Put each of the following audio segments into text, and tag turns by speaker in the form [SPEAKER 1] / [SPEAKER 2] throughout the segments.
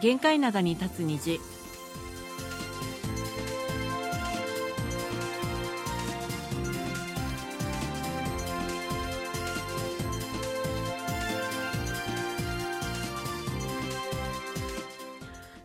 [SPEAKER 1] 限界灘に立つ虹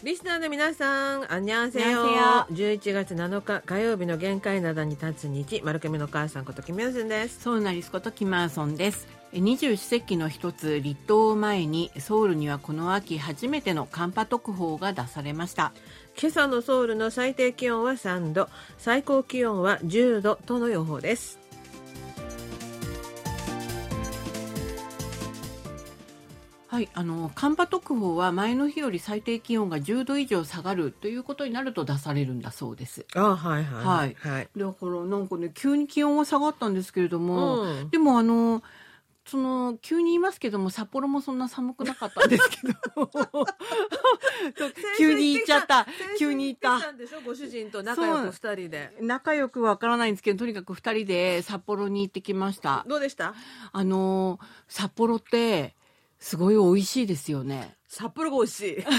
[SPEAKER 2] リスナーの皆さん、あんにゃんせよ
[SPEAKER 1] こんにゃ。
[SPEAKER 2] 11月7日火曜日の限界灘に立つ日、丸亀のお母さんことキミョンスンです。
[SPEAKER 1] ソウナリスことキマーソンですえ二十四節気の一つ立冬を前にソウルにはこの秋初めての寒波特報が出されました
[SPEAKER 2] 今朝のソウルの最低気温は3度、最高気温は10度との予報です。
[SPEAKER 1] はい、あの寒波特報は前の日より最低気温が10度以上下がるということになると出されるんだそうです。
[SPEAKER 2] あはいはい
[SPEAKER 1] はい
[SPEAKER 2] はい。
[SPEAKER 1] だからなんかね急に気温は下がったんですけれども、
[SPEAKER 2] うん
[SPEAKER 1] でもあのその急に言いますけども札幌もそんな寒くなかったんです けど急に言っちゃった急に言っ
[SPEAKER 2] 先週
[SPEAKER 1] た。
[SPEAKER 2] 行ってきんでしょご主人と仲良く二人で。
[SPEAKER 1] 仲良くわからないんですけどとにかく2人で札幌に行ってきました
[SPEAKER 2] どうでした
[SPEAKER 1] あの札幌ってすごい美味しいですよね
[SPEAKER 2] 札幌が美味しい。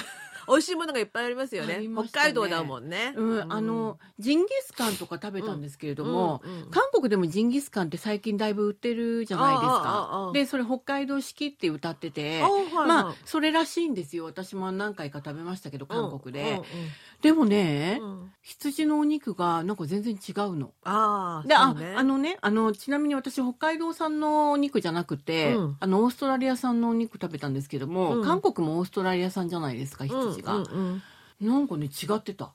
[SPEAKER 2] 美味しいものがいっぱいありますよ
[SPEAKER 1] あ
[SPEAKER 2] ね
[SPEAKER 1] り。まし
[SPEAKER 2] 北
[SPEAKER 1] たね
[SPEAKER 2] 海道だもんね。
[SPEAKER 1] うん、あのジンギスカンとか食べたんですけれども、
[SPEAKER 2] うんうんうん
[SPEAKER 1] 韓国でもジンギスカンって最近だいぶ売ってるじゃないです
[SPEAKER 2] あああああ
[SPEAKER 1] か
[SPEAKER 2] あ
[SPEAKER 1] でそれ北海道式って歌ってて
[SPEAKER 2] あはいはい
[SPEAKER 1] まあそれらしいんですよ私も何回か食べましたけど韓国で、
[SPEAKER 2] う
[SPEAKER 1] でもね、
[SPEAKER 2] んうんうんうん
[SPEAKER 1] 羊のお肉がなんか全然違うの。
[SPEAKER 2] ああ、
[SPEAKER 1] であ
[SPEAKER 2] そうね
[SPEAKER 1] あのねあのちなみに私北海道産のお肉じゃなくて、
[SPEAKER 2] うん
[SPEAKER 1] あのオーストラリア産のお肉食べたんですけども、
[SPEAKER 2] うん
[SPEAKER 1] 韓国もオーストラリア産じゃないですか羊が、
[SPEAKER 2] うんうんうん
[SPEAKER 1] なんかね違って た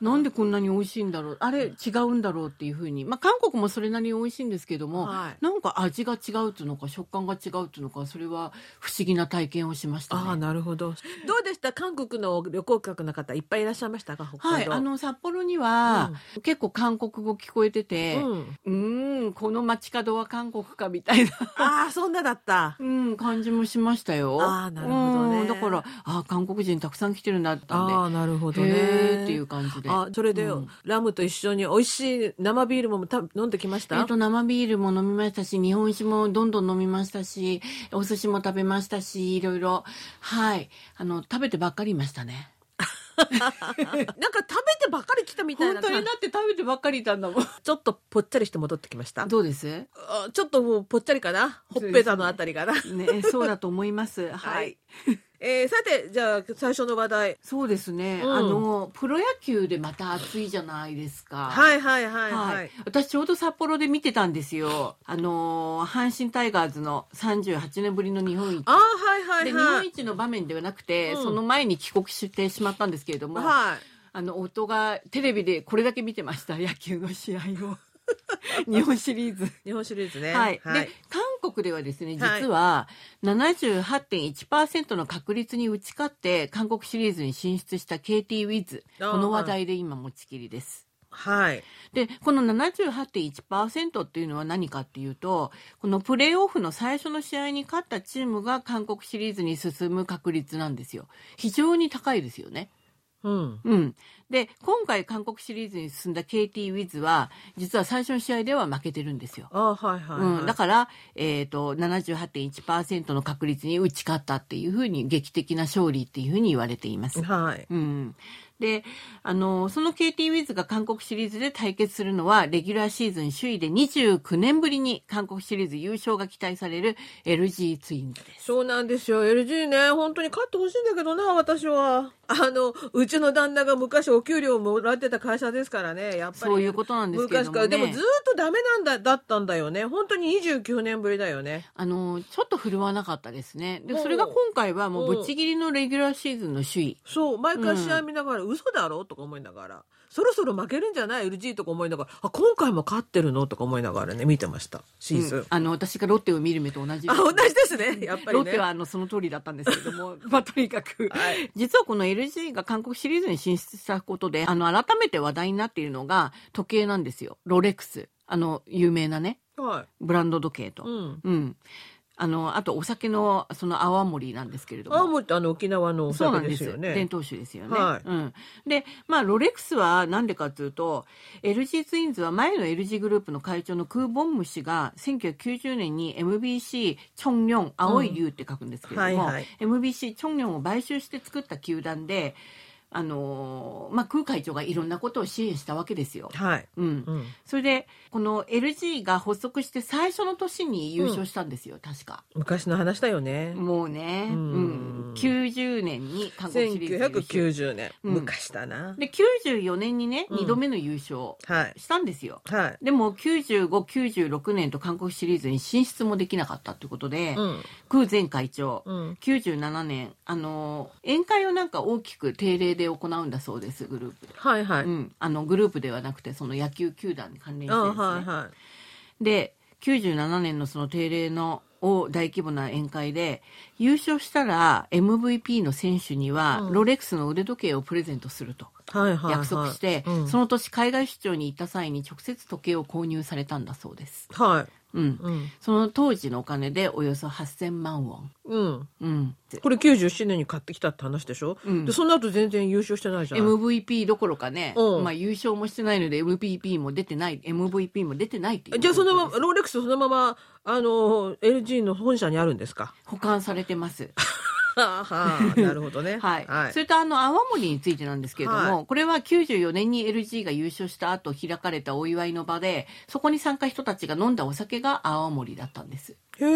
[SPEAKER 1] なんでこんなに美味しいんだろうあれ違うんだろうっていうふうにまあ韓国もそれなりに美味しいんですけども、
[SPEAKER 2] はい
[SPEAKER 1] なんか味が違うっていうのか食感が違うっていうのかそれは不思議な体験をしました
[SPEAKER 2] ああ
[SPEAKER 1] ね。
[SPEAKER 2] なるほどどうでした韓国の旅行客の方いっぱいいらっしゃいましたか北
[SPEAKER 1] は
[SPEAKER 2] 海
[SPEAKER 1] い、
[SPEAKER 2] 道、
[SPEAKER 1] あの札幌には、結構韓国語聞こえてて、
[SPEAKER 2] うん
[SPEAKER 1] うーんこの街角は韓国かみたいな、
[SPEAKER 2] ああそんなだった
[SPEAKER 1] うん、感じもしましたよ。
[SPEAKER 2] あーなるほどね
[SPEAKER 1] うんだからあー韓国人たくさん来てるなってたんで
[SPEAKER 2] ああなるほど
[SPEAKER 1] へ
[SPEAKER 2] ね
[SPEAKER 1] ーっていう感じで。
[SPEAKER 2] あそれで、
[SPEAKER 1] うん
[SPEAKER 2] ラムと一緒に美味しい生ビールもた飲んできまし
[SPEAKER 1] え
[SPEAKER 2] た
[SPEAKER 1] っと、生ビールも飲みましたし、日本酒もどんどん飲みましたし、お寿司も食べましたし、いろいろ。はい。あの、食べてばっかりいましたね。
[SPEAKER 2] なんか食べてばかり来たみたい
[SPEAKER 1] 本
[SPEAKER 2] な
[SPEAKER 1] 当にだって食べてばっかりいたんだもん。
[SPEAKER 2] ちょっとぽっちゃりして戻ってきました
[SPEAKER 1] どうです
[SPEAKER 2] あちょっともうぽっちゃりかなほっぺたのあたりかな、
[SPEAKER 1] ね、そうだと思います。は
[SPEAKER 2] はいい。、えーさてじゃあ最初の話題
[SPEAKER 1] そうですね。
[SPEAKER 2] うん
[SPEAKER 1] あの、プロ野球でまた暑いじゃないですか。
[SPEAKER 2] はいはいはいはい、
[SPEAKER 1] はい、私ちょうど札幌で見てたんですよ、あのー阪神タイガーズの38年ぶりの日本一
[SPEAKER 2] ああはいは
[SPEAKER 1] で
[SPEAKER 2] い
[SPEAKER 1] 日
[SPEAKER 2] は
[SPEAKER 1] 本
[SPEAKER 2] い
[SPEAKER 1] 一の場面ではなくて、
[SPEAKER 2] うん
[SPEAKER 1] その前に帰国してしまったんですけれども、
[SPEAKER 2] はい
[SPEAKER 1] あの夫がテレビでこれだけ見てました 野球の試合を 日本シリーズ。
[SPEAKER 2] 日本シリーズね。
[SPEAKER 1] はい、
[SPEAKER 2] はい
[SPEAKER 1] で。韓国ではですね実は78.1%の確率に打ち勝って韓国シリーズに進出した KT ウィズ
[SPEAKER 2] あー
[SPEAKER 1] この話題で今持ちきりです。
[SPEAKER 2] はい。
[SPEAKER 1] でこの78.1%っていうのは何かっていうとこのプレーオフの最初の試合に勝ったチームが韓国シリーズに進む確率なんですよ非常に高いですよね。
[SPEAKER 2] うん。
[SPEAKER 1] うん、で今回韓国シリーズに進んだ KT ウィズは実は最初の試合では負けてるんですよ。
[SPEAKER 2] ああ、はいはい、はい
[SPEAKER 1] うん、だから、えー、と78.1%の確率に打ち勝ったっていうふうに劇的な勝利っていうふうに言われています。
[SPEAKER 2] はい。
[SPEAKER 1] うん、であのその KT ウィズが韓国シリーズで対決するのはレギュラーシーズン首位で29年ぶりに韓国シリーズ優勝が期待される LG ツインズです。
[SPEAKER 2] そうなんですよ。LG ね、本当に勝ってほしいんだけどな、私は。あの、うちの旦那が昔お給料もらってた会社ですからね、やっぱり。
[SPEAKER 1] そういうことなんですけれど
[SPEAKER 2] 昔か
[SPEAKER 1] も、
[SPEAKER 2] ら。
[SPEAKER 1] ね、
[SPEAKER 2] でもずっとダメなんだ、だったんだよね。本当に29年ぶりだよね。
[SPEAKER 1] あのちょっと振るわなかったですね。で
[SPEAKER 2] うん
[SPEAKER 1] それが今回はもうぶっちぎりのレギュラーシーズンの首位。
[SPEAKER 2] そう、毎回試合見ながら、嘘だろとか思いながら。そろそろ負けるんじゃない ?LG とか思いながら。あ、今回も勝ってるのとか思いながらね、見てました。シーズン。
[SPEAKER 1] うんあの私がロッテを見る目と同じです
[SPEAKER 2] あ、同じですね。やっぱり
[SPEAKER 1] ロ
[SPEAKER 2] ね。
[SPEAKER 1] ッテはあのその通りだったんですけども、 まあ、とにかく、
[SPEAKER 2] はい
[SPEAKER 1] 実はこの LG が韓国シリーズに進出したことであの改めて話題になっているのが時計なんですよロレックスあの有名なね
[SPEAKER 2] はい。
[SPEAKER 1] ブランド時計と。
[SPEAKER 2] うん。
[SPEAKER 1] うんあのあとお酒のその泡盛なんですけれども
[SPEAKER 2] 青森ってあの沖縄のお
[SPEAKER 1] そうな
[SPEAKER 2] 酒
[SPEAKER 1] んで
[SPEAKER 2] ですす
[SPEAKER 1] よ
[SPEAKER 2] よ
[SPEAKER 1] 伝
[SPEAKER 2] ね。
[SPEAKER 1] 統酒ですよね。
[SPEAKER 2] はい
[SPEAKER 1] うん、で、まあ、ロレックスはなんでかというと、LG ツインズは前の LG グループの会長のクー・ボンム氏が、1990年に MBC チョンニョン、青い竜って書くんですけれども、
[SPEAKER 2] はいはい
[SPEAKER 1] MBC チョンニョンを買収して作った球団で、あのーまあ、クー会長がいろんなことを支援したわけですよ。
[SPEAKER 2] はい。
[SPEAKER 1] うん
[SPEAKER 2] うん。
[SPEAKER 1] それで、この LG が発足して最初の年に優勝したんですよ、確か。
[SPEAKER 2] 昔の話だよね。
[SPEAKER 1] もうね、う
[SPEAKER 2] うん
[SPEAKER 1] ん、90年に韓国シリーズ優勝
[SPEAKER 2] 1990年、
[SPEAKER 1] うん
[SPEAKER 2] 昔だな。
[SPEAKER 1] で94年にね、
[SPEAKER 2] うん
[SPEAKER 1] 2度目の優勝
[SPEAKER 2] はい。
[SPEAKER 1] したんですよ
[SPEAKER 2] はい。
[SPEAKER 1] でも9596年と韓国シリーズに進出もできなかったということで、
[SPEAKER 2] うん。
[SPEAKER 1] 空前会長、
[SPEAKER 2] うん。
[SPEAKER 1] 97年あの宴会をなんか大きく定例で行うんだそうですグループで、
[SPEAKER 2] はいはい。
[SPEAKER 1] うん、あのグループではなくてその野球球団に関連して
[SPEAKER 2] あ
[SPEAKER 1] ですね、
[SPEAKER 2] はいは
[SPEAKER 1] で97年のその定例のを大規模な宴会で優勝したら MVP の選手には
[SPEAKER 2] うん
[SPEAKER 1] ロレックスの腕時計をプレゼントすると、
[SPEAKER 2] い。はいはい。
[SPEAKER 1] 約束して、
[SPEAKER 2] うん
[SPEAKER 1] その年海外出張に行った際に直接時計を購入されたんだそうです。
[SPEAKER 2] はい。
[SPEAKER 1] うん。
[SPEAKER 2] うん。
[SPEAKER 1] その当時のお金でおよそ8000万ウォン。
[SPEAKER 2] うん。
[SPEAKER 1] うん。
[SPEAKER 2] これ97年に買ってきたって話でしょ、
[SPEAKER 1] うん
[SPEAKER 2] でその後全然優勝してないじゃん、
[SPEAKER 1] MVP どころかね、
[SPEAKER 2] うん
[SPEAKER 1] まあ優勝もしてないので MVP も出てない、MVP も出てないっていう。
[SPEAKER 2] じゃあそのままローレックスそのままあの LG の本社にあるんです か
[SPEAKER 1] 保管されてます。
[SPEAKER 2] はあはあなるほど ね
[SPEAKER 1] はい。
[SPEAKER 2] はい
[SPEAKER 1] そ、れとあの、泡盛についてなんですけれども、
[SPEAKER 2] は
[SPEAKER 1] これは94年に LG が優勝した後開かれたお祝いの場で、そこに参加人たちが飲んだお酒が泡盛だったんです。
[SPEAKER 2] へえ、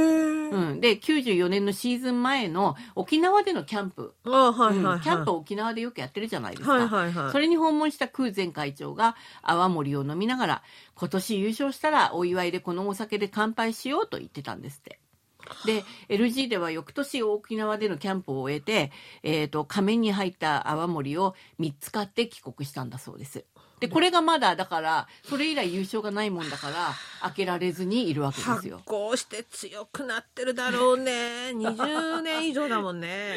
[SPEAKER 1] うん、で94年のシーズン前の沖縄でのキャンプ、
[SPEAKER 2] ああはいはい、は
[SPEAKER 1] う
[SPEAKER 2] い
[SPEAKER 1] んキャンプを沖縄でよくやってるじゃないですか、
[SPEAKER 2] はいはいはい
[SPEAKER 1] それに訪問した空前会長が泡盛を飲みながら今年優勝したらお祝いでこのお酒で乾杯しようと言ってたんですって。で LG では翌年沖縄でのキャンプを終えて、えー、と仮面に入った泡盛を3つ買って帰国したんだそうです。でこれがまだだからそれ以来優勝がないもんだから開けられずにいるわけです
[SPEAKER 2] 発
[SPEAKER 1] よ。
[SPEAKER 2] 酵して強くなってるだろう ね20年以上だもんね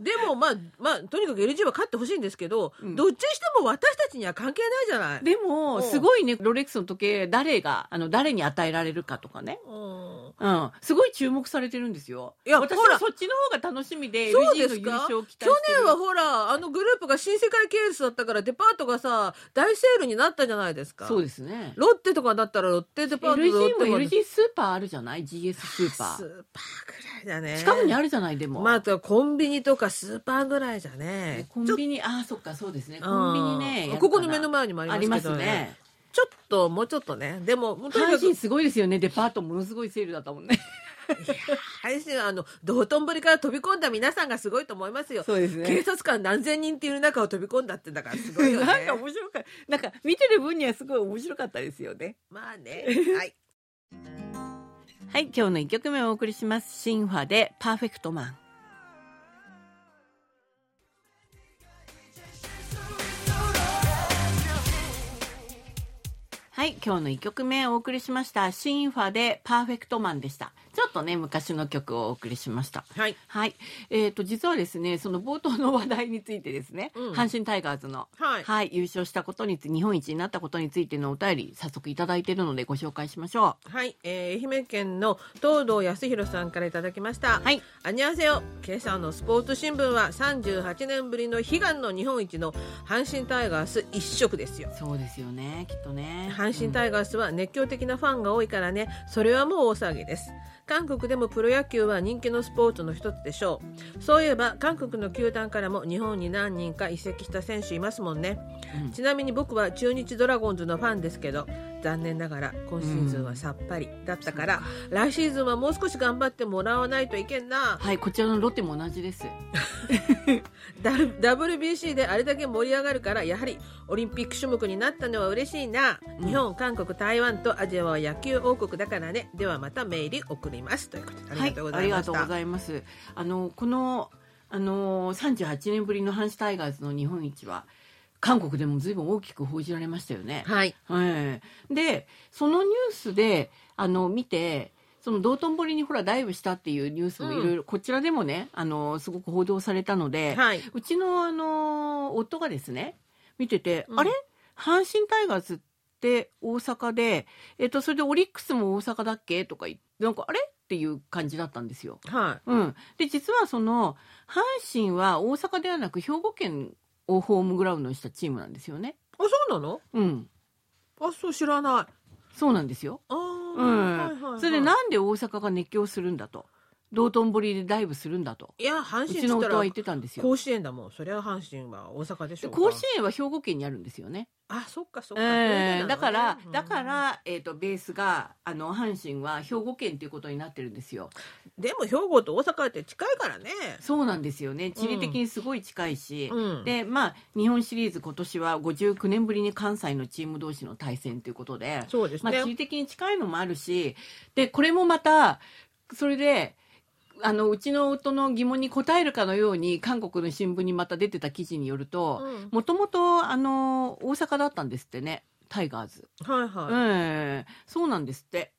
[SPEAKER 2] でもまあまあとにかく LG は勝ってほしいんですけど、
[SPEAKER 1] うん
[SPEAKER 2] どっちにしても私たちには関係ないじゃない、
[SPEAKER 1] で
[SPEAKER 2] う
[SPEAKER 1] も、
[SPEAKER 2] ん
[SPEAKER 1] すごいね、ロレックスの時計、誰が、あの、誰に与えられるかとかね。
[SPEAKER 2] うん、
[SPEAKER 1] うん。すごい注目されてるんですよ。
[SPEAKER 2] いや
[SPEAKER 1] 私
[SPEAKER 2] ほ
[SPEAKER 1] は
[SPEAKER 2] ら
[SPEAKER 1] そっちの方が楽しみで、
[SPEAKER 2] そう
[SPEAKER 1] LG
[SPEAKER 2] で
[SPEAKER 1] の
[SPEAKER 2] す
[SPEAKER 1] 優
[SPEAKER 2] か
[SPEAKER 1] 勝を期待して
[SPEAKER 2] 去
[SPEAKER 1] る。
[SPEAKER 2] 年はほらあのグループが新世界系列だったからデパートがさ大セールになったじゃないですか
[SPEAKER 1] そうですね。
[SPEAKER 2] ロッテとかだったらロッテデパート
[SPEAKER 1] LG
[SPEAKER 2] ロッテ
[SPEAKER 1] も
[SPEAKER 2] まで
[SPEAKER 1] LG スーパーあるじゃない ?GS スーパ
[SPEAKER 2] ス
[SPEAKER 1] ー。
[SPEAKER 2] ーパーぐらいだね
[SPEAKER 1] 近くにあるじゃないでも。
[SPEAKER 2] まああとはコンビニとかスーパーぐらいじゃ
[SPEAKER 1] ね
[SPEAKER 2] ね
[SPEAKER 1] コンビニ、ああ、そっか、そうですね。コンビニね。
[SPEAKER 2] うん
[SPEAKER 1] やるかな
[SPEAKER 2] ここの目の前にも
[SPEAKER 1] あ
[SPEAKER 2] あ
[SPEAKER 1] り
[SPEAKER 2] り
[SPEAKER 1] ま
[SPEAKER 2] ますけ
[SPEAKER 1] す
[SPEAKER 2] どね
[SPEAKER 1] ね。
[SPEAKER 2] ちょっともうちょっとねでももうとに
[SPEAKER 1] 阪
[SPEAKER 2] か
[SPEAKER 1] 神
[SPEAKER 2] く
[SPEAKER 1] すごいですよね。デパートものすごいセールだったもんね。
[SPEAKER 2] 配信はあの道頓堀から飛び込んだ皆さんがすごいと思いますよ
[SPEAKER 1] そうですね
[SPEAKER 2] 警察官何千人っていう中を飛び込んだってだからすごいよ ね
[SPEAKER 1] なんか面白かった。なんか見てる分にはすごい面白かったですよね。
[SPEAKER 2] まあ ねはい
[SPEAKER 1] はい、今日の一曲目をお送りします。シンファでパーフェクトマン。はい、今日の一曲目をお送りしました。シンファでパーフェクトマンでした。ちょっとね、昔の曲をお送りしました。
[SPEAKER 2] はい
[SPEAKER 1] はい、えっ、と、実はですね、その冒頭の話題についてですね、
[SPEAKER 2] うん
[SPEAKER 1] 阪神タイガーズの
[SPEAKER 2] はい
[SPEAKER 1] はい、優勝したことにつ日本一になったことについてのお便り早速いただいているのでご紹介しましょ
[SPEAKER 2] はい、えー愛媛県の東堂康弘さんからいただきました。
[SPEAKER 1] はい。
[SPEAKER 2] あにゃせよ。今朝のスポーツ新聞は38年ぶりの悲願の日本一の阪神タイガース一色ですよ
[SPEAKER 1] う。そうですよねきっとね
[SPEAKER 2] 阪神タイガースは熱狂的なファンが多いからねそれはもう大騒ぎです韓国でもプロ野球は人気のスポーツの一つでしょうそういえば韓国の球団からも日本に何人か移籍した選手いますもんね、
[SPEAKER 1] うん
[SPEAKER 2] ちなみに僕は中日ドラゴンズのファンですけど残念ながら今シーズンはさっぱりだったから、来シーズンはもう少し頑張ってもらわないといけんな
[SPEAKER 1] はいこちらのロッテも同じです
[SPEAKER 2] ダル WBC であれだけ盛り上がるからやはりオリンピック種目になったのは嬉しいな、
[SPEAKER 1] うん
[SPEAKER 2] 日本韓国台湾とアジアは野球王国だからねではまたメール送りますということでありがとうご
[SPEAKER 1] はい、あ
[SPEAKER 2] ざいました、
[SPEAKER 1] りがとうございますあのこのあの38年ぶりの阪神タイガーズの日本一は韓国でも随分大きく報じられましたよね
[SPEAKER 2] はい
[SPEAKER 1] はい、でそのニュースであの見てその道頓堀にほらダイブしたっていうニュースもいろいろ、こちらでもねあのすごく報道されたので、
[SPEAKER 2] はいう
[SPEAKER 1] ちのあの夫がですね見てて、
[SPEAKER 2] うん
[SPEAKER 1] あれ阪神タイガースって大阪で、えっと、それでオリックスも大阪だっけとか言ってなんかあれっっていう感じだったんですよ。
[SPEAKER 2] は
[SPEAKER 1] うん、で実はその阪神は大阪ではなく兵庫県をホームグラウンドにしたチームなんですよね。
[SPEAKER 2] い。あ、そうなの？
[SPEAKER 1] うん、
[SPEAKER 2] あ、そう知らない。
[SPEAKER 1] そうなんですよ。
[SPEAKER 2] ああ、
[SPEAKER 1] うん
[SPEAKER 2] はいはいはい。
[SPEAKER 1] それでなんで大阪が熱狂するんだと道頓堀でダイブするんだと
[SPEAKER 2] いや阪
[SPEAKER 1] う
[SPEAKER 2] 神っ
[SPEAKER 1] ち
[SPEAKER 2] つ
[SPEAKER 1] の
[SPEAKER 2] った
[SPEAKER 1] 夫
[SPEAKER 2] ら
[SPEAKER 1] は言ってたんですよ。
[SPEAKER 2] 甲子園だもん。そりゃ阪神は大阪でし
[SPEAKER 1] で
[SPEAKER 2] ょうか。
[SPEAKER 1] 甲子園は兵庫県にあるんですよね。
[SPEAKER 2] あ、そっかそっか。
[SPEAKER 1] ええだから
[SPEAKER 2] うん
[SPEAKER 1] だか。らえっとベースがあの阪神は兵庫県ということになってるんですよ。
[SPEAKER 2] でも兵庫と大阪って近いからね。
[SPEAKER 1] そうなんですよね。地理的にすごい近いし。
[SPEAKER 2] うん。
[SPEAKER 1] でまあ、日本シリーズ今年は59年ぶりに関西のチーム同士の対戦ということで、
[SPEAKER 2] そうです
[SPEAKER 1] まあ、
[SPEAKER 2] ね。
[SPEAKER 1] 地理的に近いのもあるしでこれもまたそれであのうちの夫の疑問に答えるかのように韓国の新聞にまた出てた記事によると
[SPEAKER 2] うん
[SPEAKER 1] もともとあの大阪だったんですってねタイガーズ、
[SPEAKER 2] はいはい。
[SPEAKER 1] ええそうなんですって、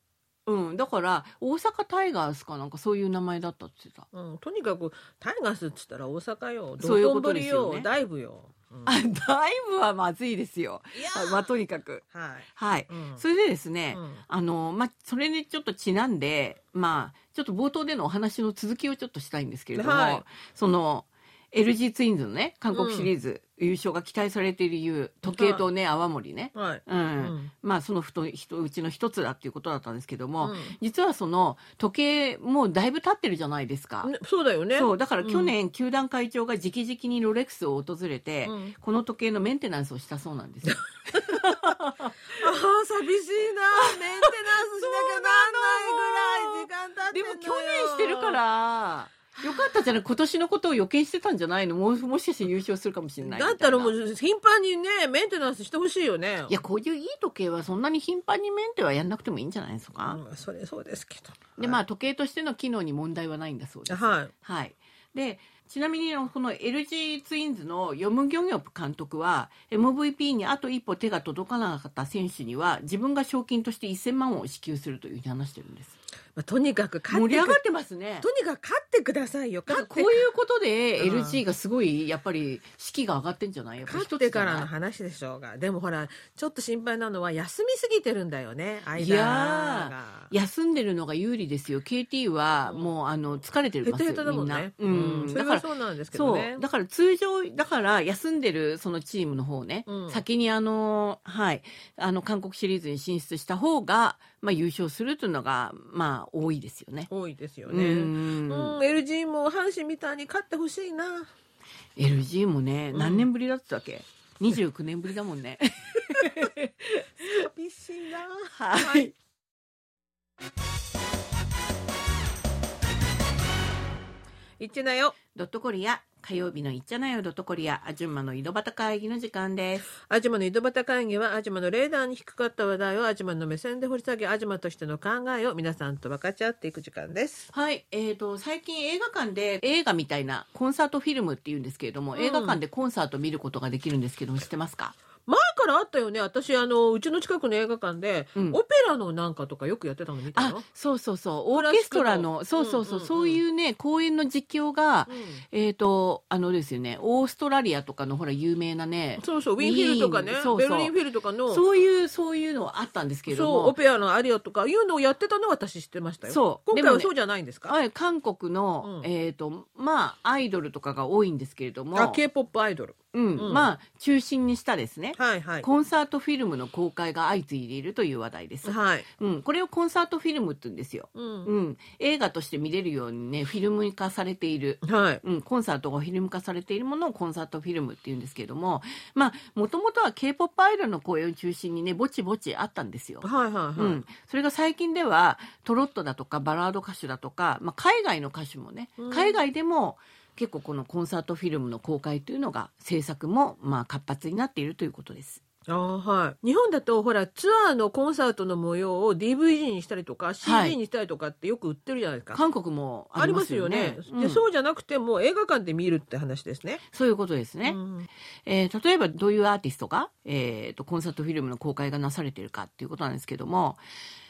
[SPEAKER 1] うん、だから大阪タイガースかなんかそういう名前だったって言ってた。
[SPEAKER 2] うん、とにかくタイガースっつったら大阪よ
[SPEAKER 1] そういう
[SPEAKER 2] 道
[SPEAKER 1] ことで
[SPEAKER 2] 頓堀
[SPEAKER 1] す
[SPEAKER 2] よ
[SPEAKER 1] よね
[SPEAKER 2] ダイブよ、うん
[SPEAKER 1] あ
[SPEAKER 2] い
[SPEAKER 1] だいぶはまずいですよ。
[SPEAKER 2] や
[SPEAKER 1] あまあ、とにかく。
[SPEAKER 2] はい、
[SPEAKER 1] はい。
[SPEAKER 2] うん
[SPEAKER 1] それでですね、
[SPEAKER 2] うん
[SPEAKER 1] あの、まあ、それにちょっとちなんで、まあ、ちょっと冒頭でのお話の続きをちょっとしたいんですけれども、
[SPEAKER 2] はい
[SPEAKER 1] その、LG ツインズのね、韓国シリーズ優勝が期待されている理由、時計とね、泡盛ね、
[SPEAKER 2] はい
[SPEAKER 1] うん、
[SPEAKER 2] うん
[SPEAKER 1] まあ、そのふとひとうちの一つだっていうことだったんですけども、
[SPEAKER 2] うん
[SPEAKER 1] 実はその、時計もうだいぶ経ってるじゃないですか。
[SPEAKER 2] ねそうだよね
[SPEAKER 1] そう、だから去年、球団会長が直々にロレックスを訪れて、
[SPEAKER 2] うん
[SPEAKER 1] この時計のメンテナンスをしたそうなんですよ。
[SPEAKER 2] ああ寂しいなメンテナンスしなきゃなんないぐらい時間経って
[SPEAKER 1] で
[SPEAKER 2] ん
[SPEAKER 1] も
[SPEAKER 2] のよ
[SPEAKER 1] 去年してるから、よかったじゃない今年のことを予見してたんじゃないのもうもしかして優勝するかもしれないみ
[SPEAKER 2] だ
[SPEAKER 1] いな
[SPEAKER 2] ったらもう頻繁にねメンテナンスしてほしいよね
[SPEAKER 1] いや、こういういい時計はそんなに頻繁にメンテはやんなくてもいいんじゃないですか、
[SPEAKER 2] うんそれそうですけど
[SPEAKER 1] で、まあ時計としての機能に問題はないんだそうです。
[SPEAKER 2] はい
[SPEAKER 1] はい。で、ちなみにあのこの LG ツインズのヨムギョギョプ監督は MVP にあと一歩手が届かなかった選手には自分が賞金として1000万を支給するというふうに話してるんです。
[SPEAKER 2] まあ、とにかく勝
[SPEAKER 1] 盛
[SPEAKER 2] っ
[SPEAKER 1] り
[SPEAKER 2] て
[SPEAKER 1] 上が
[SPEAKER 2] く
[SPEAKER 1] ってますね。
[SPEAKER 2] とにかく勝ってくださいよ
[SPEAKER 1] だから
[SPEAKER 2] 勝っ
[SPEAKER 1] こうい
[SPEAKER 2] て
[SPEAKER 1] うことで
[SPEAKER 2] うん
[SPEAKER 1] LG がすごいやっぱり士気が上がってんじゃないやっぱり
[SPEAKER 2] 勝
[SPEAKER 1] 一
[SPEAKER 2] っ
[SPEAKER 1] つじ
[SPEAKER 2] て
[SPEAKER 1] ゃ
[SPEAKER 2] か
[SPEAKER 1] ない
[SPEAKER 2] らの話でしょうがでもほらちょっと心配なのは休みすぎてるんだよね間が
[SPEAKER 1] いや休んでるのが有利ですよ KT はもうあの疲れてる
[SPEAKER 2] ヘ
[SPEAKER 1] ます
[SPEAKER 2] ト
[SPEAKER 1] よ
[SPEAKER 2] ヘトだもんね
[SPEAKER 1] みんなうん
[SPEAKER 2] それ
[SPEAKER 1] だか
[SPEAKER 2] は
[SPEAKER 1] ら
[SPEAKER 2] そうなんですけど
[SPEAKER 1] そう
[SPEAKER 2] ね
[SPEAKER 1] だから通常だから休んでるそのチームの方ね、
[SPEAKER 2] うん
[SPEAKER 1] 先にあのはいあの韓国シリーズに進出した方がまあ優勝するというのがまあ多いですよね。
[SPEAKER 2] 多いですよ
[SPEAKER 1] う
[SPEAKER 2] ねうん、
[SPEAKER 1] ん
[SPEAKER 2] LG も阪神みたいに勝ってほしいな
[SPEAKER 1] LG もね
[SPEAKER 2] うん
[SPEAKER 1] 何年ぶりだったっけ、29年ぶりだもんね。
[SPEAKER 2] 寂しいな
[SPEAKER 1] はいい。
[SPEAKER 2] 言ってなよ
[SPEAKER 1] ドットコリア火曜日のいっちゃなよドットコリアアジュンマの井戸端会議の時間です。
[SPEAKER 2] アジマの井戸端会議はアジマのレーダーに引っかかった話題をアジマの目線で掘り下げアジマとしての考えを皆さんと分かち合っていく時間です
[SPEAKER 1] はい、えー、と最近映画館で映画みたいなコンサートフィルムっていうんですけれども、
[SPEAKER 2] うん
[SPEAKER 1] 映画館でコンサート見ることができるんですけども知ってますか、
[SPEAKER 2] 前からあったよね私あのうちの近くの映画館で、
[SPEAKER 1] うん
[SPEAKER 2] オペラのなんかとかよくやってたの見た
[SPEAKER 1] あ
[SPEAKER 2] よ、
[SPEAKER 1] そうそうそうオーケストラの
[SPEAKER 2] クラシック
[SPEAKER 1] そうそ
[SPEAKER 2] の
[SPEAKER 1] うそう、
[SPEAKER 2] うんうんうん
[SPEAKER 1] そういうね公演の実況が、
[SPEAKER 2] う
[SPEAKER 1] えー、とあのですよねオーストラリアとかのほら有名なね
[SPEAKER 2] ん、そうそうウィーンフィルとかね
[SPEAKER 1] ウィーンそうそう
[SPEAKER 2] ベルリンフィルとかの
[SPEAKER 1] そういうそういうのあったんですけれども
[SPEAKER 2] そうオペラのアリアとかいうのをやってたのは私知ってましたよ
[SPEAKER 1] そう
[SPEAKER 2] 今
[SPEAKER 1] で
[SPEAKER 2] 回
[SPEAKER 1] も
[SPEAKER 2] は
[SPEAKER 1] ね
[SPEAKER 2] そうじゃないんですか、
[SPEAKER 1] はい韓国の、
[SPEAKER 2] うん
[SPEAKER 1] えっ、とまあアイドルとかが多いんですけれども
[SPEAKER 2] あ K-POP アイドル
[SPEAKER 1] うん
[SPEAKER 2] うん
[SPEAKER 1] まあ中心にしたですね、
[SPEAKER 2] はいはい
[SPEAKER 1] コンサートフィルムの公開が相次いでいるという話題です、
[SPEAKER 2] はい、
[SPEAKER 1] うん、これをコンサートフィルムって言うんですよ、
[SPEAKER 2] うん
[SPEAKER 1] うん、映画として見れるようにねフィルム化されている
[SPEAKER 2] はい
[SPEAKER 1] うん、コンサートがフィルム化されているものをコンサートフィルムっていうんですけれどもまあもともとは k p o p アイドルの公演を中心にねぼちぼちあったんですよ。
[SPEAKER 2] はいはいはい、
[SPEAKER 1] うん、それが最近ではトロットだとかバラード歌手だとか、まあ、海外の歌手もね、
[SPEAKER 2] うん
[SPEAKER 1] 海外でも結構このコンサートフィルムの公開というのが制作もまあ活発になっているということです。
[SPEAKER 2] あはい日本だとほらツアーのコンサートの模様を DVD にしたりとか CD にしたりとかってよく売ってるじゃないですか、
[SPEAKER 1] 韓国も
[SPEAKER 2] あ
[SPEAKER 1] あ
[SPEAKER 2] り
[SPEAKER 1] り
[SPEAKER 2] ま
[SPEAKER 1] ますす
[SPEAKER 2] よ
[SPEAKER 1] よ
[SPEAKER 2] ね
[SPEAKER 1] ね。
[SPEAKER 2] で
[SPEAKER 1] うん
[SPEAKER 2] そうじゃなくても映画館で見るって話ですね。
[SPEAKER 1] そういうことですね、
[SPEAKER 2] うん
[SPEAKER 1] えー例えばどういうアーティストが、えーとコンサートフィルムの公開がなされているかっていうことなんですけども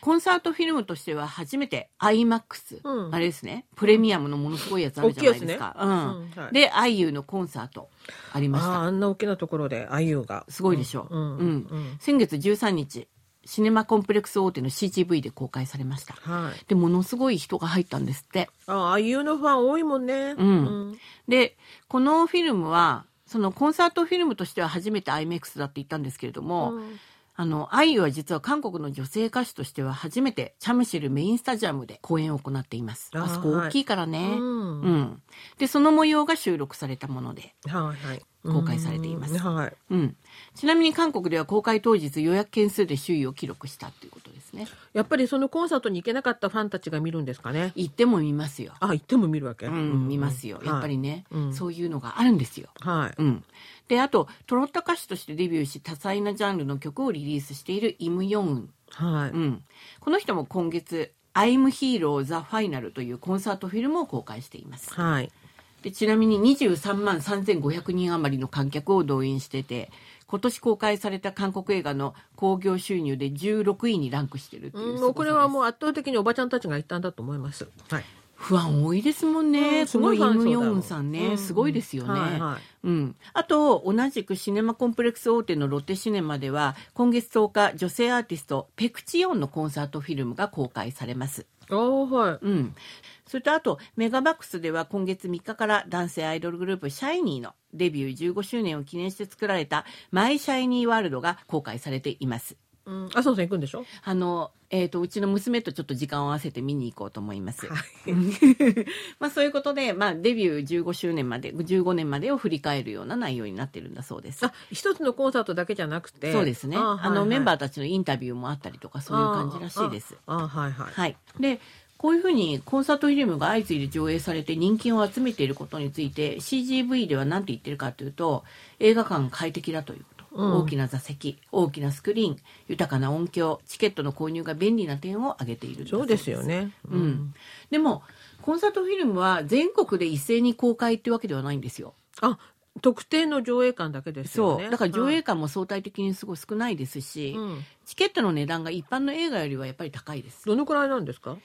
[SPEAKER 1] コンサートフィルムとしては初めて IMAX、
[SPEAKER 2] うん
[SPEAKER 1] あれですねプレミアムのものすごいやつあるじゃないですか。う
[SPEAKER 2] うんんはい
[SPEAKER 1] で IU のコンサートあり
[SPEAKER 2] あ
[SPEAKER 1] まし
[SPEAKER 2] ー
[SPEAKER 1] た
[SPEAKER 2] あんな大きなところであゆが
[SPEAKER 1] すごいでしょ
[SPEAKER 2] うん
[SPEAKER 1] うん先月13日シネマコンプレックス大手の CGV で公開されました。
[SPEAKER 2] はい。
[SPEAKER 1] で、ものすごい人が入ったんですって。
[SPEAKER 2] あ、ああいうのファン多いもんね。
[SPEAKER 1] うんで、このフィルムは、そのコンサートフィルムとしては初めて IMAX だって言ったんですけれども、
[SPEAKER 2] うん
[SPEAKER 1] あの、アイユは実は韓国の女性歌手としては初めてチャムシルメインスタジアムで公演を行っています。
[SPEAKER 2] あー
[SPEAKER 1] あそこ大きいからね。
[SPEAKER 2] うん
[SPEAKER 1] うん。で、その模様が収録されたもので。
[SPEAKER 2] はいはい。
[SPEAKER 1] 公開されています
[SPEAKER 2] うんはい。
[SPEAKER 1] うん。ちなみに韓国では公開当日予約件数で周囲を記録したっていうことですね。
[SPEAKER 2] やっぱりそのコンサートに行けなかったファンたちが見るんですかね。
[SPEAKER 1] 行っても見ますよ。
[SPEAKER 2] あ、行っても見るわけ。
[SPEAKER 1] うん、見ますよ。やっぱり
[SPEAKER 2] ね。
[SPEAKER 1] ね、
[SPEAKER 2] うん
[SPEAKER 1] そういうのがあるんですよ。
[SPEAKER 2] はい。
[SPEAKER 1] うん。で、あと、トロッタ歌手としてデビューし、多彩なジャンルの曲をリリースしているイム・ヨンウン。
[SPEAKER 2] はい。
[SPEAKER 1] うん、この人も今月「I'm Hero The Final」というコンサートフィルムを公開しています
[SPEAKER 2] はい。
[SPEAKER 1] でちなみに23万3500人余りの観客を動員してて今年公開された韓国映画の興行収入で16位にランクしてるっていう
[SPEAKER 2] う
[SPEAKER 1] すごさです
[SPEAKER 2] ん、もうこれはもう圧倒的におばちゃんたちが行ったんだと思います。はい。
[SPEAKER 1] 不安多いですもんね、
[SPEAKER 2] うんす
[SPEAKER 1] こ
[SPEAKER 2] ご
[SPEAKER 1] の
[SPEAKER 2] い
[SPEAKER 1] イ
[SPEAKER 2] ファン層
[SPEAKER 1] ム・
[SPEAKER 2] だ
[SPEAKER 1] ヨ
[SPEAKER 2] もん
[SPEAKER 1] ンウンさんね、
[SPEAKER 2] うん
[SPEAKER 1] すごいですよね、
[SPEAKER 2] はいはい
[SPEAKER 1] うん、あと同じくシネマコンプレックス大手のロッテシネマでは今月10日女性アーティストペクチヨンのコンサートフィルムが公開されます
[SPEAKER 2] ああ、はい。
[SPEAKER 1] うん。それとあと、メガバックスでは今月3日から男性アイドルグループシャイニーのデビュー15周年を記念して作られたマイシャイニーワールドが公開されています。
[SPEAKER 2] うん、あ、そうそう行くんでしょ
[SPEAKER 1] あの、えっ、と、うちの娘とちょっと時間を合わせて見に行こうと思います。
[SPEAKER 2] はい。
[SPEAKER 1] まあそういうことで、まあデビュー15周年まで、15年までを振り返るような内容になってるんだそうです。
[SPEAKER 2] あ、一つのコンサートだけじゃなくて。
[SPEAKER 1] そうですね。あ,、のメンバーたちのインタビューもあったりとかそういう感じらしいです。
[SPEAKER 2] ああはいはい。
[SPEAKER 1] はい、でこういうふうにコンサートフィルムが相次いで上映されて人気を集めていることについて CGV では何て言ってるかというと映画館快適だということ、
[SPEAKER 2] うん
[SPEAKER 1] 大きな座席大きなスクリーン豊かな音響チケットの購入が便利な点を挙げているんだ
[SPEAKER 2] そうですよね。
[SPEAKER 1] うん、でもコンサートフィルムは全国で一斉に公開っていうわけではないんですよ。
[SPEAKER 2] あ、特定の上映館だけですよ
[SPEAKER 1] そ
[SPEAKER 2] ね。
[SPEAKER 1] うだから上映
[SPEAKER 2] 館。
[SPEAKER 1] 館も相対的にすごい少ないですし、
[SPEAKER 2] うん。
[SPEAKER 1] チケットの値段が一般の映画よりはやっぱり高いです。
[SPEAKER 2] どのくらいなんですか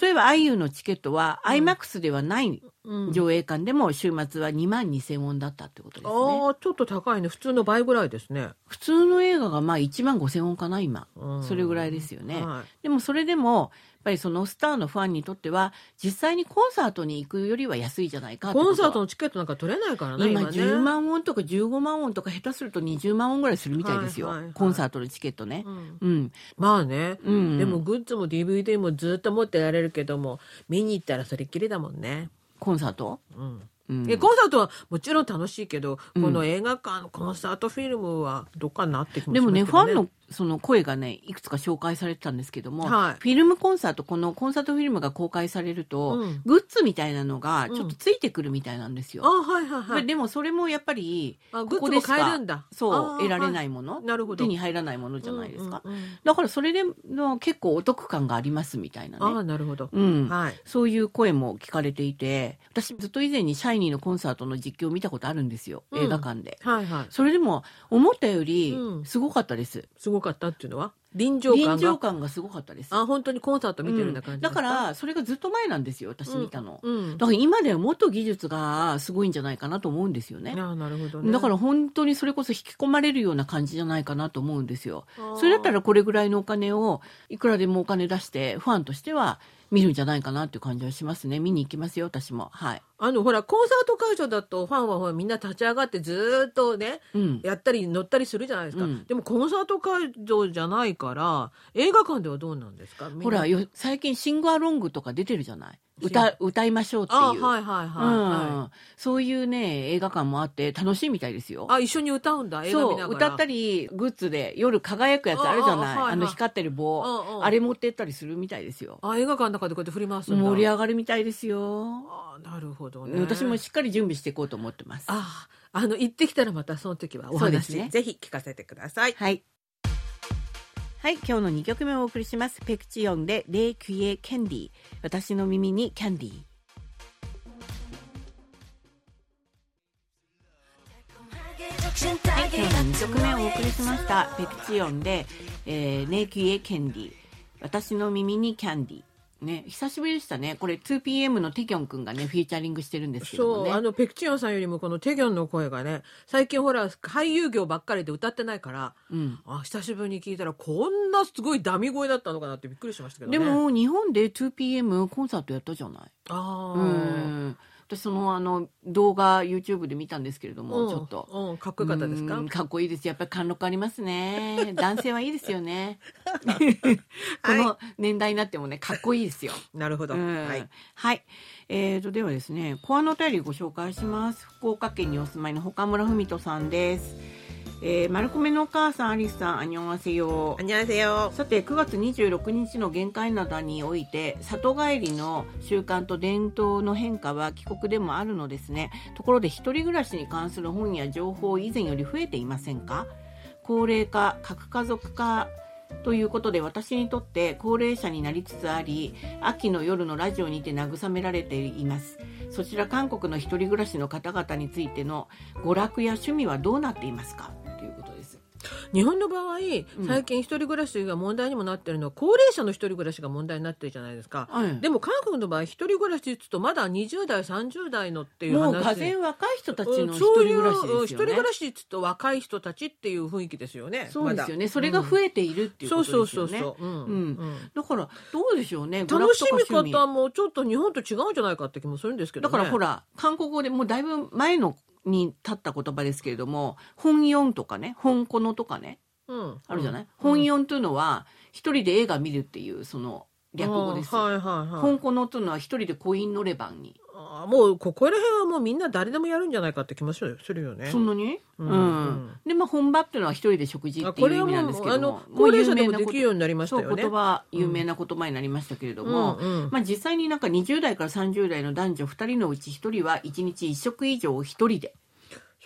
[SPEAKER 1] 例えば IU のチケットは IMAX ではない
[SPEAKER 2] うん
[SPEAKER 1] 上映館でも週末は2万2000ウォンだったってことですね。
[SPEAKER 2] ああ、ちょっと高いね。普通の倍ぐらいですね。
[SPEAKER 1] 普通の映画がまあ1万5000ウォンかな今
[SPEAKER 2] うん。
[SPEAKER 1] それぐらいですよね。
[SPEAKER 2] は
[SPEAKER 1] でもそれでもやっぱりそのスターのファンにとっては実際にコンサートに行くよりは安いじゃないか
[SPEAKER 2] い。
[SPEAKER 1] ってこと
[SPEAKER 2] コ
[SPEAKER 1] は
[SPEAKER 2] ンサートのチケットなんか取れないからね。
[SPEAKER 1] 今
[SPEAKER 2] ね
[SPEAKER 1] 10万ウォンとか15万ウォンとか下手すると20万ウォンぐらいするみたいですよ、
[SPEAKER 2] はいはいはい
[SPEAKER 1] コンサートのチケットね
[SPEAKER 2] う。ん
[SPEAKER 1] うん、
[SPEAKER 2] まあね。
[SPEAKER 1] うん、
[SPEAKER 2] でもグッズも DVD もずっと持ってられるけども見に行ったらそれっきりだもんね。
[SPEAKER 1] コンサート、
[SPEAKER 2] うん
[SPEAKER 1] うん
[SPEAKER 2] えコンサートはもちろん楽しいけど、
[SPEAKER 1] うん
[SPEAKER 2] この映画館のコンサートフィルムはどうかなって気も
[SPEAKER 1] で
[SPEAKER 2] しま
[SPEAKER 1] も
[SPEAKER 2] すけど
[SPEAKER 1] ね、
[SPEAKER 2] ね。
[SPEAKER 1] ファンのその声がね、いくつか紹介されてたんですけども、
[SPEAKER 2] はい
[SPEAKER 1] フィルムコンサート、このコンサートフィルムが公開されると、
[SPEAKER 2] うん
[SPEAKER 1] グッズみたいなのが
[SPEAKER 2] うん
[SPEAKER 1] ちょっとついてくるみたいなんですよ。
[SPEAKER 2] あはいはいはい。
[SPEAKER 1] ででもそれもやっぱり、
[SPEAKER 2] あ
[SPEAKER 1] こ
[SPEAKER 2] グッ
[SPEAKER 1] こ
[SPEAKER 2] ズ
[SPEAKER 1] で
[SPEAKER 2] も
[SPEAKER 1] しか
[SPEAKER 2] 買えるんだ。
[SPEAKER 1] そう、得られないいもの、
[SPEAKER 2] なるほど
[SPEAKER 1] 手に入らないものじゃないですか。
[SPEAKER 2] うんうんうん
[SPEAKER 1] だからそれでの結構お得感がありますみたいな
[SPEAKER 2] あ
[SPEAKER 1] ね。
[SPEAKER 2] なるほど。
[SPEAKER 1] うん。
[SPEAKER 2] はい。
[SPEAKER 1] そういう声も聞かれていて、私ずっと以前にシャイニーのコンサートの実況を見たことあるんですよ。
[SPEAKER 2] うん
[SPEAKER 1] 映画館で。
[SPEAKER 2] はいはい。
[SPEAKER 1] それでも思ったより
[SPEAKER 2] うん
[SPEAKER 1] すごかったです。
[SPEAKER 2] すごかったっていうのは臨場感が。
[SPEAKER 1] 臨場感がすごかったです。
[SPEAKER 2] あ本当にコンサート見てるような感じで
[SPEAKER 1] うん
[SPEAKER 2] す
[SPEAKER 1] だからそれがずっと前なんですよ私見たの、
[SPEAKER 2] うんうん
[SPEAKER 1] だから今ではもっと技術がすごいんじゃないかなと思うんですよね
[SPEAKER 2] あなるほどね。
[SPEAKER 1] だから本当にそれこそ引き込まれるような感じじゃないかなと思うんですよ
[SPEAKER 2] あー
[SPEAKER 1] それだったらこれぐらいのお金をいくらでもお金出してファンとしては見るんじゃないかなっていう感じはしますね見に行きますよ私もはい
[SPEAKER 2] あのほらコンサート会場だとファンはほらみんな立ち上がってずーっとね
[SPEAKER 1] うん
[SPEAKER 2] やったり乗ったりするじゃないですか、
[SPEAKER 1] うん
[SPEAKER 2] でもコンサート会場じゃないから映画館ではどうなんですかみんな
[SPEAKER 1] ほらよ最近シングアロングとか出てるじゃない
[SPEAKER 2] シン
[SPEAKER 1] 歌歌いましょうっていう
[SPEAKER 2] あはいはいはい、
[SPEAKER 1] う
[SPEAKER 2] は
[SPEAKER 1] ん、そういうね映画館もあって楽しいみたいですよ
[SPEAKER 2] い、あ一緒に歌うんだ映画見
[SPEAKER 1] そ
[SPEAKER 2] な
[SPEAKER 1] う
[SPEAKER 2] がら
[SPEAKER 1] 歌った
[SPEAKER 2] り
[SPEAKER 1] りグッズで夜輝くやつあるじゃない
[SPEAKER 2] あ
[SPEAKER 1] あ
[SPEAKER 2] ああはいはい
[SPEAKER 1] の光ってる棒
[SPEAKER 2] うんうん
[SPEAKER 1] あれ持ってったりするみたいですよ
[SPEAKER 2] あ映画館の中でこうやって振り回すんだ
[SPEAKER 1] 盛り上がるみたいですよ
[SPEAKER 2] あなるほどね
[SPEAKER 1] 私もしっかり準備していこうと思ってます
[SPEAKER 2] ああの行ってきたらまたその時はお
[SPEAKER 1] そうです
[SPEAKER 2] 話、
[SPEAKER 1] ね
[SPEAKER 2] ぜひ聞かせてください
[SPEAKER 1] はいはい今日の2曲目をお送りしますペクチヨンでレイキュイエキャンディー私の耳にキャンディー
[SPEAKER 3] 달콤하게
[SPEAKER 1] 今日の2曲目をお送りしまし
[SPEAKER 3] 적신타게
[SPEAKER 1] たペクチヨンで、えー、レイキュイエキャンディー私の耳にキャンディーね、久しぶりでしたね。これ 2PM のテキョンくんがね、フィーチャリングしてるんですけども
[SPEAKER 2] そう、
[SPEAKER 1] ね。
[SPEAKER 2] あの、ペクチヨンさんよりもこのテギョンの声がね、最近ほら、俳優業ばっかりで歌ってないから、
[SPEAKER 1] うん。
[SPEAKER 2] あ、久しぶりに聞いたらこんなすごいダミ声だったのかなってびっくりしましたけどね。
[SPEAKER 1] で、も、日本で 2PM コンサートやったじゃない。
[SPEAKER 2] あ
[SPEAKER 1] う
[SPEAKER 2] ー
[SPEAKER 1] ん。私、その、あの、動画、YouTube で見たんですけれども、ちょっと。
[SPEAKER 2] うん、うんかっこよかったですか
[SPEAKER 1] うんかっこいいです。やっぱり貫禄あります ね。男性はいいですよね。この年代になってもね、かっこいいですよ。
[SPEAKER 2] なるほど。
[SPEAKER 1] うん
[SPEAKER 2] はい。
[SPEAKER 1] はい。えーと、ではですね、コアのお便りご紹介します。福岡県にお住まいの岡村文人さんです。えー、マルコメのお母さん、アリスさん、アニョンアセヨ
[SPEAKER 2] こんにちは。
[SPEAKER 1] さて9月26日の限界などにおいて里帰りの習慣と伝統の変化は帰国でもあるのですねところで一人暮らしに関する本や情報以前より増えていませんか高齢化核家族化ということで私にとって高齢者になりつつあり秋の夜のラジオにて慰められていますそちら韓国の一人暮らしの方々についての娯楽や趣味はどうなっていますかということです
[SPEAKER 2] 日本の場合
[SPEAKER 1] ん
[SPEAKER 2] 最近一人暮らしが問題にもなってるのは高齢者の一人暮らしが問題になってるじゃないですか、
[SPEAKER 1] はい
[SPEAKER 2] でも韓国の場合一人暮らしって言うとまだ20代30代のっていう話
[SPEAKER 1] もう風若い人たち
[SPEAKER 2] うん
[SPEAKER 1] の一人
[SPEAKER 2] そうい
[SPEAKER 1] 暮
[SPEAKER 2] う
[SPEAKER 1] ら
[SPEAKER 2] うん
[SPEAKER 1] しです
[SPEAKER 2] 一人
[SPEAKER 1] よね
[SPEAKER 2] 暮。らしって言うと若い人たちっていう雰囲気ですよね
[SPEAKER 1] そうですよ
[SPEAKER 2] ま
[SPEAKER 1] ね。
[SPEAKER 2] だ
[SPEAKER 1] それが増えているっていうこ
[SPEAKER 2] そ
[SPEAKER 1] と
[SPEAKER 2] う
[SPEAKER 1] です
[SPEAKER 2] そ
[SPEAKER 1] よ
[SPEAKER 2] うそう
[SPEAKER 1] ね。
[SPEAKER 2] そう、うん
[SPEAKER 1] う
[SPEAKER 2] うん
[SPEAKER 1] だからどうでしょうね。
[SPEAKER 2] 楽し
[SPEAKER 1] 娯
[SPEAKER 2] み
[SPEAKER 1] 楽とか
[SPEAKER 2] 方
[SPEAKER 1] 趣味
[SPEAKER 2] もちょっと日本と違うんじゃないかって気もするんですけど、
[SPEAKER 1] だか
[SPEAKER 2] ね、
[SPEAKER 1] らほら韓国語でもうだいぶ前のに立った言葉ですけれども、本四とかね、本このとかね、
[SPEAKER 2] うん、
[SPEAKER 1] あるじゃない。
[SPEAKER 2] うん
[SPEAKER 1] 本四というのは一人で映画見るっていうその略語です。
[SPEAKER 2] うんはいはいはい
[SPEAKER 1] 本このというのは一人でコインのレバンに。
[SPEAKER 2] あーもうここら辺はもうみんな誰でもやるんじゃないかって気もするするよね
[SPEAKER 1] そんなに？
[SPEAKER 2] う
[SPEAKER 1] うんん。
[SPEAKER 2] うん
[SPEAKER 1] でまあ本場っていうのは一人で食事
[SPEAKER 2] あ
[SPEAKER 1] ってい
[SPEAKER 2] こ
[SPEAKER 1] う
[SPEAKER 2] れ
[SPEAKER 1] 意
[SPEAKER 2] は
[SPEAKER 1] 味なん
[SPEAKER 2] も
[SPEAKER 1] です
[SPEAKER 2] う
[SPEAKER 1] け
[SPEAKER 2] あ
[SPEAKER 1] ど
[SPEAKER 2] の
[SPEAKER 1] も、
[SPEAKER 2] 高齢者でも
[SPEAKER 1] 有名な
[SPEAKER 2] で
[SPEAKER 1] こと
[SPEAKER 2] きるようになりました
[SPEAKER 1] そう
[SPEAKER 2] よね。
[SPEAKER 1] 言葉有名な言葉になりましたけれども、
[SPEAKER 2] うんうん
[SPEAKER 1] まあ、実際になんか20代から30代の男女2人のうち1人は1日1食以上を1人で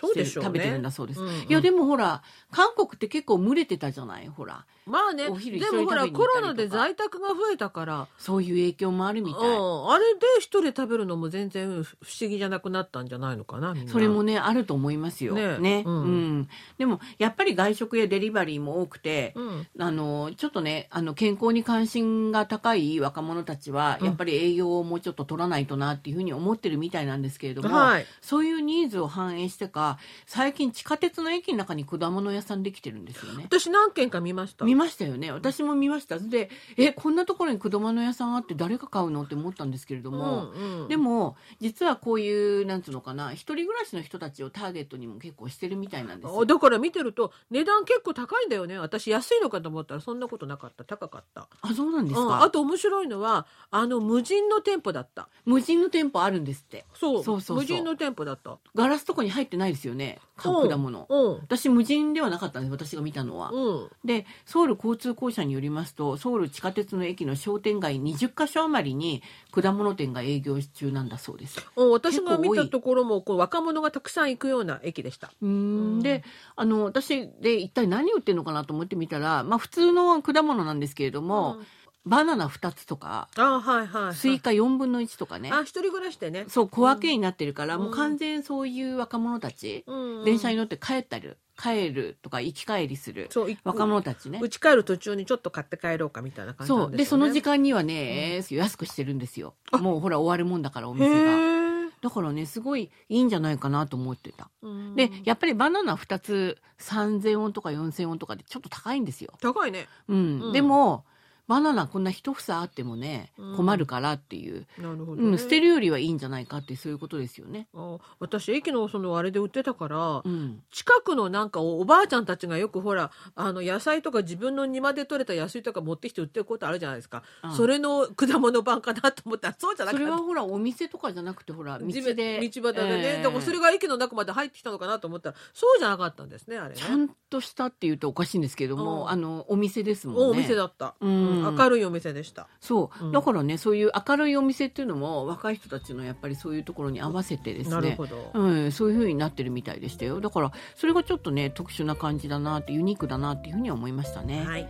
[SPEAKER 2] そうでしょうね。
[SPEAKER 1] 食べてるんだそうです。
[SPEAKER 2] うんうん
[SPEAKER 1] いやでもほら韓国って結構群れてたじゃないほら
[SPEAKER 2] まあね、
[SPEAKER 1] お昼
[SPEAKER 2] でもほら
[SPEAKER 1] 一緒に食べに行ったりとか
[SPEAKER 2] コロナで在宅が増えたから、
[SPEAKER 1] そういう影響もある
[SPEAKER 2] う
[SPEAKER 1] み
[SPEAKER 2] ん、
[SPEAKER 1] たい。
[SPEAKER 2] あれで一人で食べるのも全然不思議じゃなくなったんじゃないのかな。みんな
[SPEAKER 1] それもねあると思いますよ。
[SPEAKER 2] ね
[SPEAKER 1] ね
[SPEAKER 2] うん
[SPEAKER 1] うんでもやっぱり外食やデリバリーも多くて、
[SPEAKER 2] うん、
[SPEAKER 1] あのちょっとねあの健康に関心が高い若者たちは
[SPEAKER 2] うん
[SPEAKER 1] やっぱり栄養をもうちょっと取らないとなっていうふうに思ってるみたいなんですけれども、
[SPEAKER 2] はい
[SPEAKER 1] そういうニーズを反映してか最近地下鉄の駅の中に果物屋さんできてるんですよね。
[SPEAKER 2] 私何件か見ました。
[SPEAKER 1] 見ましたよね私も見ましたでえこんなところに果物屋さんあって誰が買うのって思ったんですけれども、
[SPEAKER 2] うんうん
[SPEAKER 1] でも実はこういうなんつうのかな一人暮らしの人たちをターゲットにも結構してるみたいなんですよ
[SPEAKER 2] あだから見てると値段結構高いんだよね私安いのかと思ったらそんなことなかった高かった
[SPEAKER 1] あそうなんです
[SPEAKER 2] うん、
[SPEAKER 1] か、
[SPEAKER 2] あと面白いのはあの無人の店舗だった
[SPEAKER 1] 無人の店舗あるんですって
[SPEAKER 2] そう
[SPEAKER 1] そうそうそう
[SPEAKER 2] 無人の店舗だった
[SPEAKER 1] ガラスとかに入ってないですよね買う果物
[SPEAKER 2] うん
[SPEAKER 1] 私無人ではなかったんです私が見たのは、
[SPEAKER 2] うん
[SPEAKER 1] でソウル交通公社によりますとソウル地下鉄の駅の商店街20箇所余りに果物店が営業中なんだそうです。
[SPEAKER 2] うん、私
[SPEAKER 1] 結
[SPEAKER 2] が
[SPEAKER 1] 構多い
[SPEAKER 2] 見たところもこう若者がたくさん行くような駅でした。
[SPEAKER 1] うんであの私で一体何売ってるのかなと思ってみたら、まあ、普通の果物なんですけれども、バナナ2つとか
[SPEAKER 2] あはいはい、はい。
[SPEAKER 1] スイカ4分の1とかね
[SPEAKER 2] あ一人暮らしでね。
[SPEAKER 1] そう小分けになってるから、
[SPEAKER 2] うん
[SPEAKER 1] もう完全そういう若者たち、
[SPEAKER 2] うんうん
[SPEAKER 1] 電車に乗って帰ったり帰るとか行き帰りする
[SPEAKER 2] そうい
[SPEAKER 1] 若者たちね
[SPEAKER 2] う。ち帰る途中にちょっと買って帰ろうかみたいな感じな
[SPEAKER 1] そ
[SPEAKER 2] ん
[SPEAKER 1] う
[SPEAKER 2] ですよ、
[SPEAKER 1] で
[SPEAKER 2] ね。
[SPEAKER 1] その時間にはね、安くしてるんですよもうほら終わるもんだからお店が
[SPEAKER 2] へー
[SPEAKER 1] だからねすごいいいんじゃないかなと思ってた
[SPEAKER 2] うん
[SPEAKER 1] でやっぱりバナナ2つ3000ウォンとか4000ウォンとかでちょっと高いんですよ、
[SPEAKER 2] 高いね。
[SPEAKER 1] うん
[SPEAKER 2] うん
[SPEAKER 1] でもバナナこんな一房あってもね
[SPEAKER 2] うん
[SPEAKER 1] 困るからっていう、
[SPEAKER 2] なるほど、
[SPEAKER 1] う
[SPEAKER 2] ね。
[SPEAKER 1] ん、捨てるよりはいいんじゃないかってそういうことですよね、
[SPEAKER 2] あ私駅のそのあれで売ってたから、
[SPEAKER 1] うん、
[SPEAKER 2] 近くのなんかおおばあちゃんたちがよくほらあの野菜とか自分の庭で採れた野菜とか持ってきて売ってることあるじゃないですか、
[SPEAKER 1] ああ
[SPEAKER 2] それの果物版かなと思ったらそうじゃなく
[SPEAKER 1] そ
[SPEAKER 2] て
[SPEAKER 1] れはほらお店とかじゃなくてほら道
[SPEAKER 2] 地
[SPEAKER 1] で
[SPEAKER 2] べ道端でね、
[SPEAKER 1] えー
[SPEAKER 2] だからそれが駅の中まで入ってきたのかなと思ったらそうじゃなかったんですねあれね
[SPEAKER 1] ちゃんとしたっていうとおかしいんですけども、
[SPEAKER 2] うん
[SPEAKER 1] あのお店ですもんね
[SPEAKER 2] お店だった、
[SPEAKER 1] うん
[SPEAKER 2] 明るいお店でした
[SPEAKER 1] そう、
[SPEAKER 2] うん
[SPEAKER 1] だからねそういう明るいお店っていうのも若い人たちのやっぱりそういうところに合わせてですね
[SPEAKER 2] なるほど、
[SPEAKER 1] うん、そういう風になってるみたいでしたよだからそれがちょっとね特殊な感じだなってユニークだなっていうふうには思いましたね。
[SPEAKER 2] はい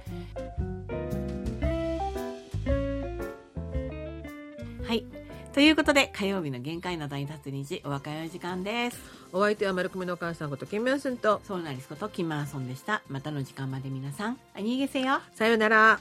[SPEAKER 1] はいということで火曜日の限界などに立つ虹お別れの時間です。
[SPEAKER 2] お相手は丸組のお母さんこと金明さんと
[SPEAKER 1] ソウルナリスことキンマーソンでした。またの時間まで皆さん、あにげせよ。
[SPEAKER 2] さようなら